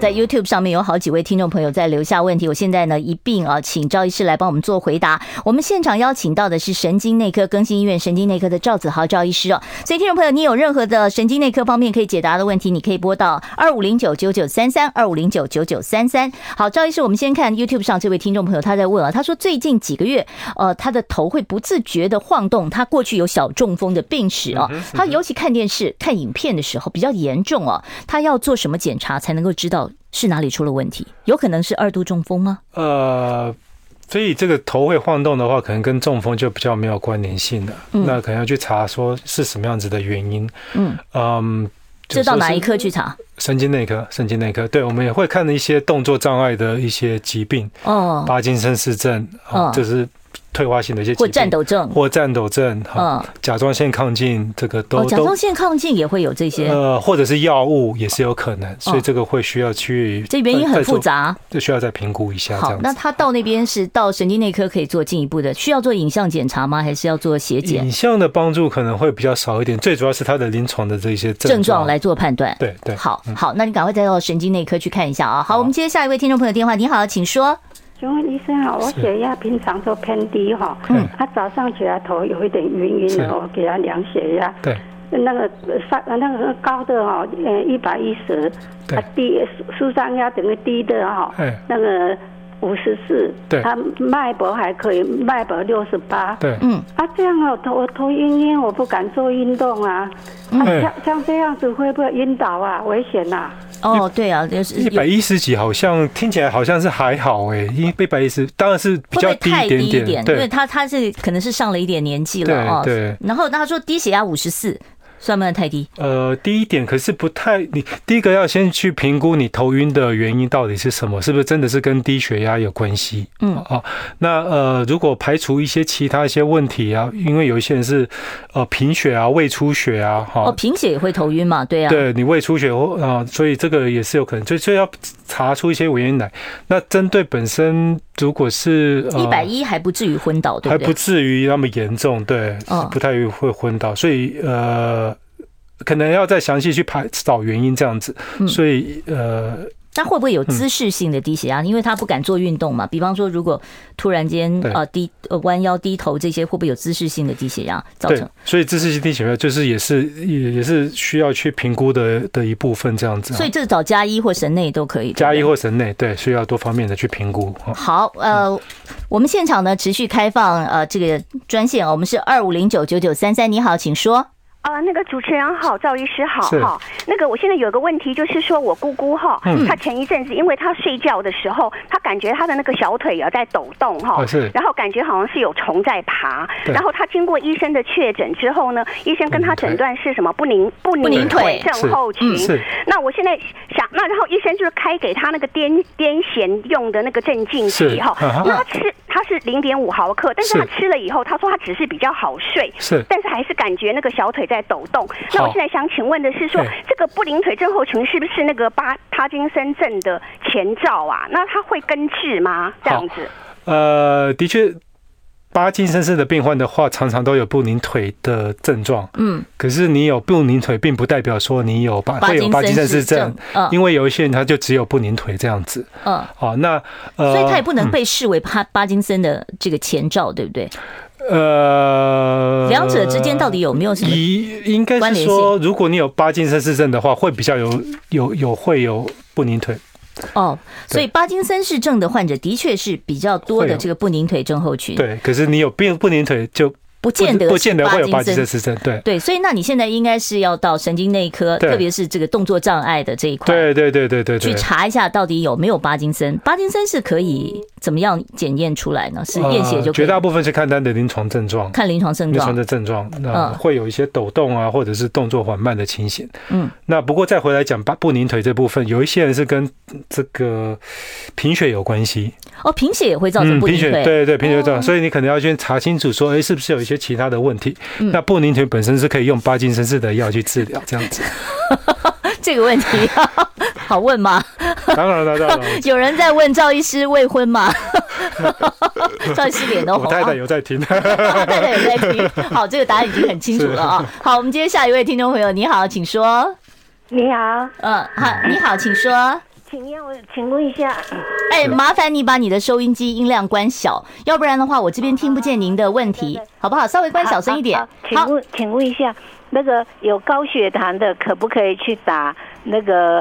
在 YouTube 上面有好几位听众朋友在留下问题，我现在呢一并啊，请赵医师来帮我们做回答。我们现场邀请到的是神经内科更新医院神经内科的赵子豪赵医师哦。所以听众朋友，你有任何的神经内科方面可以解答的问题，你可以拨到二五零九九九三三二五零九九九三三。好，赵医师，我们先看 YouTube 上这位听众朋友他在问啊，他说最近几个月，呃，他的头会不自觉的晃动，他过去有小中风的病史哦，他尤其看电视、看影片的时候比较严重哦，他要做什么检查才能够知道是哪里出了问题？有可能是二度中风吗？
呃，所以这个头会晃动的话，可能跟中风就比较没有关联性了。
嗯
那可能要去查说是什么样子的原因。
嗯，
嗯，
这到哪一
科？
科去查？
神经内科，神经内科，对我们也会看一些动作障碍的一些疾病，
哦，
帕金森氏症，啊，
嗯
这是退化性的一些疾病
或战斗症嗯
或战斗症，哈，甲状腺亢进这个都
哦，甲
都
状腺亢进也会有这些，
呃，或者是药物也是有可能，所以这个会需要去
哦这原因
呃
很
再做
复杂
这需要再评估一下这
好，
样
那
子。
他到那边是到神经内科可以做进一步的，需要做影像检查吗？还是要做血检
影像的帮助可能会比较少一点，最主要是他的临床的这些
症
状
状来做判断？
对嗯对，
好好，那你赶快再到神经内科去看一下啊。好，我们接下一位听众朋友电话，你好，请说。
请问医生啊，我血压平常都偏低哈、
嗯，
他、早上起来头有一点晕晕
是
的，我给他量血压，
对，
那个呃上那个高的哈、呃，一百一十，
对
啊低舒张压等于低的哈、
哎
那个五十四，
对
他脉搏还可以，脉搏六十八，
对嗯，
啊这样啊，我头我头晕晕，我不敢做运动啊，啊
嗯
像像这样子会不会晕倒啊？危险呐、
哦，对啊，就是
一百一十几好像听起来好像是还好哎、因为一百一十当然是比
会不
较
会
低
太
一
低
点
点？因为
对，
他他是可能是上了一点年纪了哦。
对对
然后那他说低血压五十四，算不算太低？
呃，低一点可是不太，你第一个要先去评估你头晕的原因到底是什么，是不是真的是跟低血压有关系？
嗯
哦，那呃，如果排除一些其他一些问题啊，因为有一些人是呃贫血啊、胃出血啊，哈、
哦，贫血也会头晕嘛？对啊。
对你胃出血或啊、所以这个也是有可能，所以所以要查出一些原因来。那针对本身，如果是呃
一百一还不至于昏倒，对
哦还
不对？
不至于那么严重，对，
嗯
是不太会昏倒，所以呃，可能要再详细去排找原因这样子，
嗯
所以呃，
他会不会有姿势性的低血压？因为他不敢做运动嘛。比方说，如果突然间
对
呃低呃弯腰低头这些，会不会有姿势性的低血压造
对
成？，
所以姿势性低血压就是也是也也是需要去评估的的一部分这样子啊，
所以这找加一或神内都可以。
加一或神内对，需要多方面的去评估。哦
好，呃，我们现场呢持续开放呃这个专线哦，我们是二五零九九九三三，你好，请说。
啊，那个主持人好，赵医师好
是
哈。那个我现在有个问题，就是说我姑姑哈
嗯，
她前一阵子因为她睡觉的时候，她感觉她的那个小腿也在抖动哈
哦是，
然后感觉好像是有虫在爬。
对
然后她经过医生的确诊之后呢，医生跟她诊断是什么不宁不
不宁
宁
腿
腿
是
症候群
嗯是。
那我现在想，那然后医生就是开给她那个癫癫痫用的那个镇静
是
剂哈，
啊哈
那她吃她是零点五毫克，但是她
是
吃了以后，她说她只是比较好睡，
是
但是还是感觉那个小腿在抖动。那我
好
现在想请问的是说
哎，
这个不灵腿症候群是不是那个巴帕金森症的前兆啊？那它会根治吗？这样子？
呃，的确，巴金森氏的病患的话，常常都有不宁腿的症状。
嗯，
可是你有不宁腿，并不代表说你有巴
巴
会有
金
巴金
森
森氏
氏症
症
嗯，
因为有一些人他就只有不宁腿这样子。
嗯，
好，那呃，
所以他也不能被
嗯
视为帕巴金森的这个前兆，对不对？
呃，
两者之间到底有没有什么
一应该
关
是
联
说，
性？
如果你有巴金森氏症的话，会比较有有有会有不宁腿。
哦，所以巴金森氏症的患者的确是比较多
会
的
有
这个不宁腿症候群。
对，可是你有病不宁腿就
不见得
不
是
见得会有
巴
巴
金
金
森
森氏症。对。
对，所以那你现在应该是要到神经内科，
对
特别是这个动作障碍的这一块，
对对对对对对，
去查一下到底有没有巴金森。巴金森是可以怎么样检验出来呢？是验血
呃
就可
绝
以，
大部分是看他的临床症状，
看临床症
临床
状
的。症状，那、
嗯
会有一些抖动啊，或者是动作缓慢的情形。
嗯，
那不过再回来讲巴不宁腿这部分，有一些人是跟这个贫血有关系，嗯
哦，贫血也会造成不
贫
宁
血，
腿，哦
对对贫血症状，所以你可能要先查清楚说，哎，是不是有一些其他的问题？
嗯
那不宁腿本身是可以用巴金森氏的药去治疗，这样
[laughs]
子。
[laughs] 这个问题 [laughs] 好啊问吗？
当然了，当然了。
有人在问赵医师未婚吗？赵医师脸都红啊
[laughs] 我
了。[laughs]
太太有在听，
太太有在听。好，这个答案已经很清楚了啊。好，我们接下一位听众朋友，你好，请说。
你好，
嗯，好，你好，请说。
请让我请问一下，
哎，麻烦你把你的收音机音量关小，要不然的话，我这边听不见您的问题，好不好？稍微关小声一点
好。好好请问请问一下，那个有高血糖的可不可以去打那个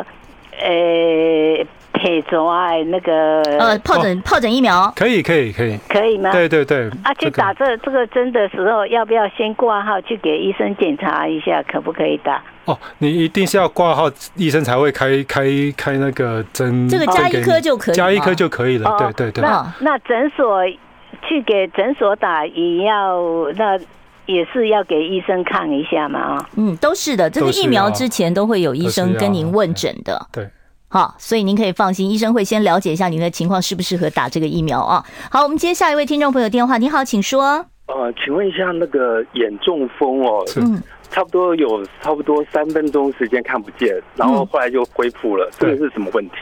呃撇肿啊？那个
呃，疱
哦
疹疱疹疫苗，
[laughs] 可以可以可以，
可以吗？
对对对，
啊，去打这这个针的时候，要不要先挂号去给医生检查一下，可不可以打？
哦，你一定是要挂号，医生才会开开开那个针。
这个加
针给
一颗
你
就可以
加一颗
吗
就可以了。
哦
对对对。
那那诊所去给诊所打也要那也是要给医生看一下嘛啊、
嗯，都是的，这个
都是
疫苗
啊
之前都会有医
都是
生
啊
跟您问诊的。
哎对，
好，所以您可以放心，医生会先了解一下您的情况适不适合打这个疫苗啊。好，我们接下一位听众朋友电话，你好，请说。
呃，请问一下，那个眼中风哦，差不多有差不多三分钟时间看不见，然后后来就恢复了，这个是什么问题？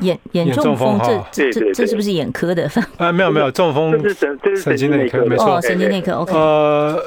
眼眼
眼
中
中
风
风，
这
哈
这
对
这
对
这
对
是不是眼科的？
啊，没有没有，中风
这是神这是神
经
经
内
内
科，
科的
没错，
哦神经内科，OK
呃，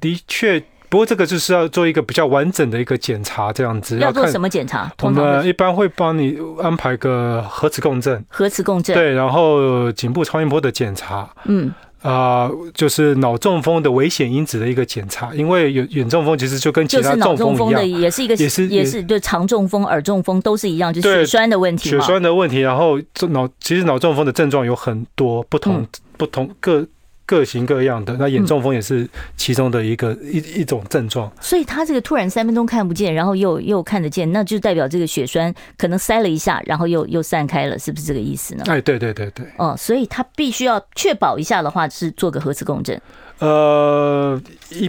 的确，不过这个就是要做一个比较完整的一个检查，这样子
要做
看
什么检查？
我
通常
们
会
一般会帮你安排个核磁共振，
核磁共振。，
对，然后颈部超音波的检查，
嗯，
啊、就是脑中风的危险因子的一个检查，因为眼眼中风其实就跟其
就
他
是脑中风
风一
的，
样，
也是一个
也是
也是就肠中风、耳中风都是一样，就是
对
血栓的问题
血
嘛。
栓的问题，然后这脑其实脑中风的症状有很多不同、
嗯
不同各各型各样的，那眼中风也是其中的一个、
嗯
一一种症状。
所以他这个突然三分钟看不见，然后又又看得见，那就代表这个血栓可能塞了一下，然后又又散开了，是不是这个意思呢？
哎，对对对对，
哦，所以他必须要确保一下的话，是做个核磁共振。
呃，一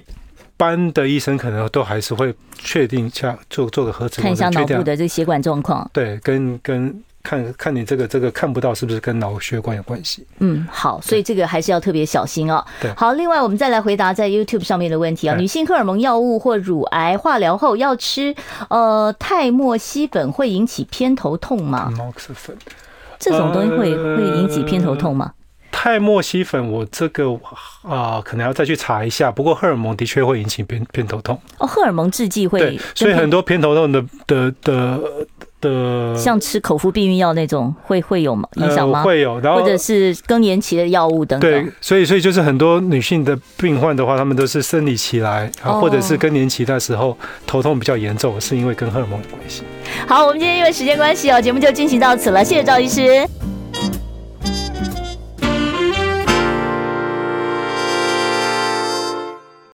般的医生可能都还是会确定一下做做个核磁
看一
共
下脑
振，确定啊
部的这个血管状况。
对，跟跟看看你这个这个看不到是不是跟脑血管有关系？
嗯，好，所以这个还是要特别小心哦
对。
好，另外我们再来回答在 YouTube 上面的问题啊，
嗯
女性荷尔蒙药物或乳癌化疗后要吃呃泰莫西粉会引起偏头痛吗？
脑克粉
这种东西会
呃
会引起偏头痛吗？
泰莫西粉，我这个啊、可能要再去查一下。不过荷尔蒙的确会引起偏偏头痛，
哦，荷尔蒙制剂会
呃对
跟，
所以
偏
很多偏头痛的的的的
像吃口服避孕药那种会会有吗影响吗？
嗯呃会有然后
或者是更年期的药物等等。
对，所以所以就是很多女性的病患的话，她们都是生理期来，啊
哦
或者是更年期的时候头痛比较严重，是因为跟荷尔蒙有关系。
好，我们今天因为时间关系哦，节目就进行到此了，谢谢赵医师，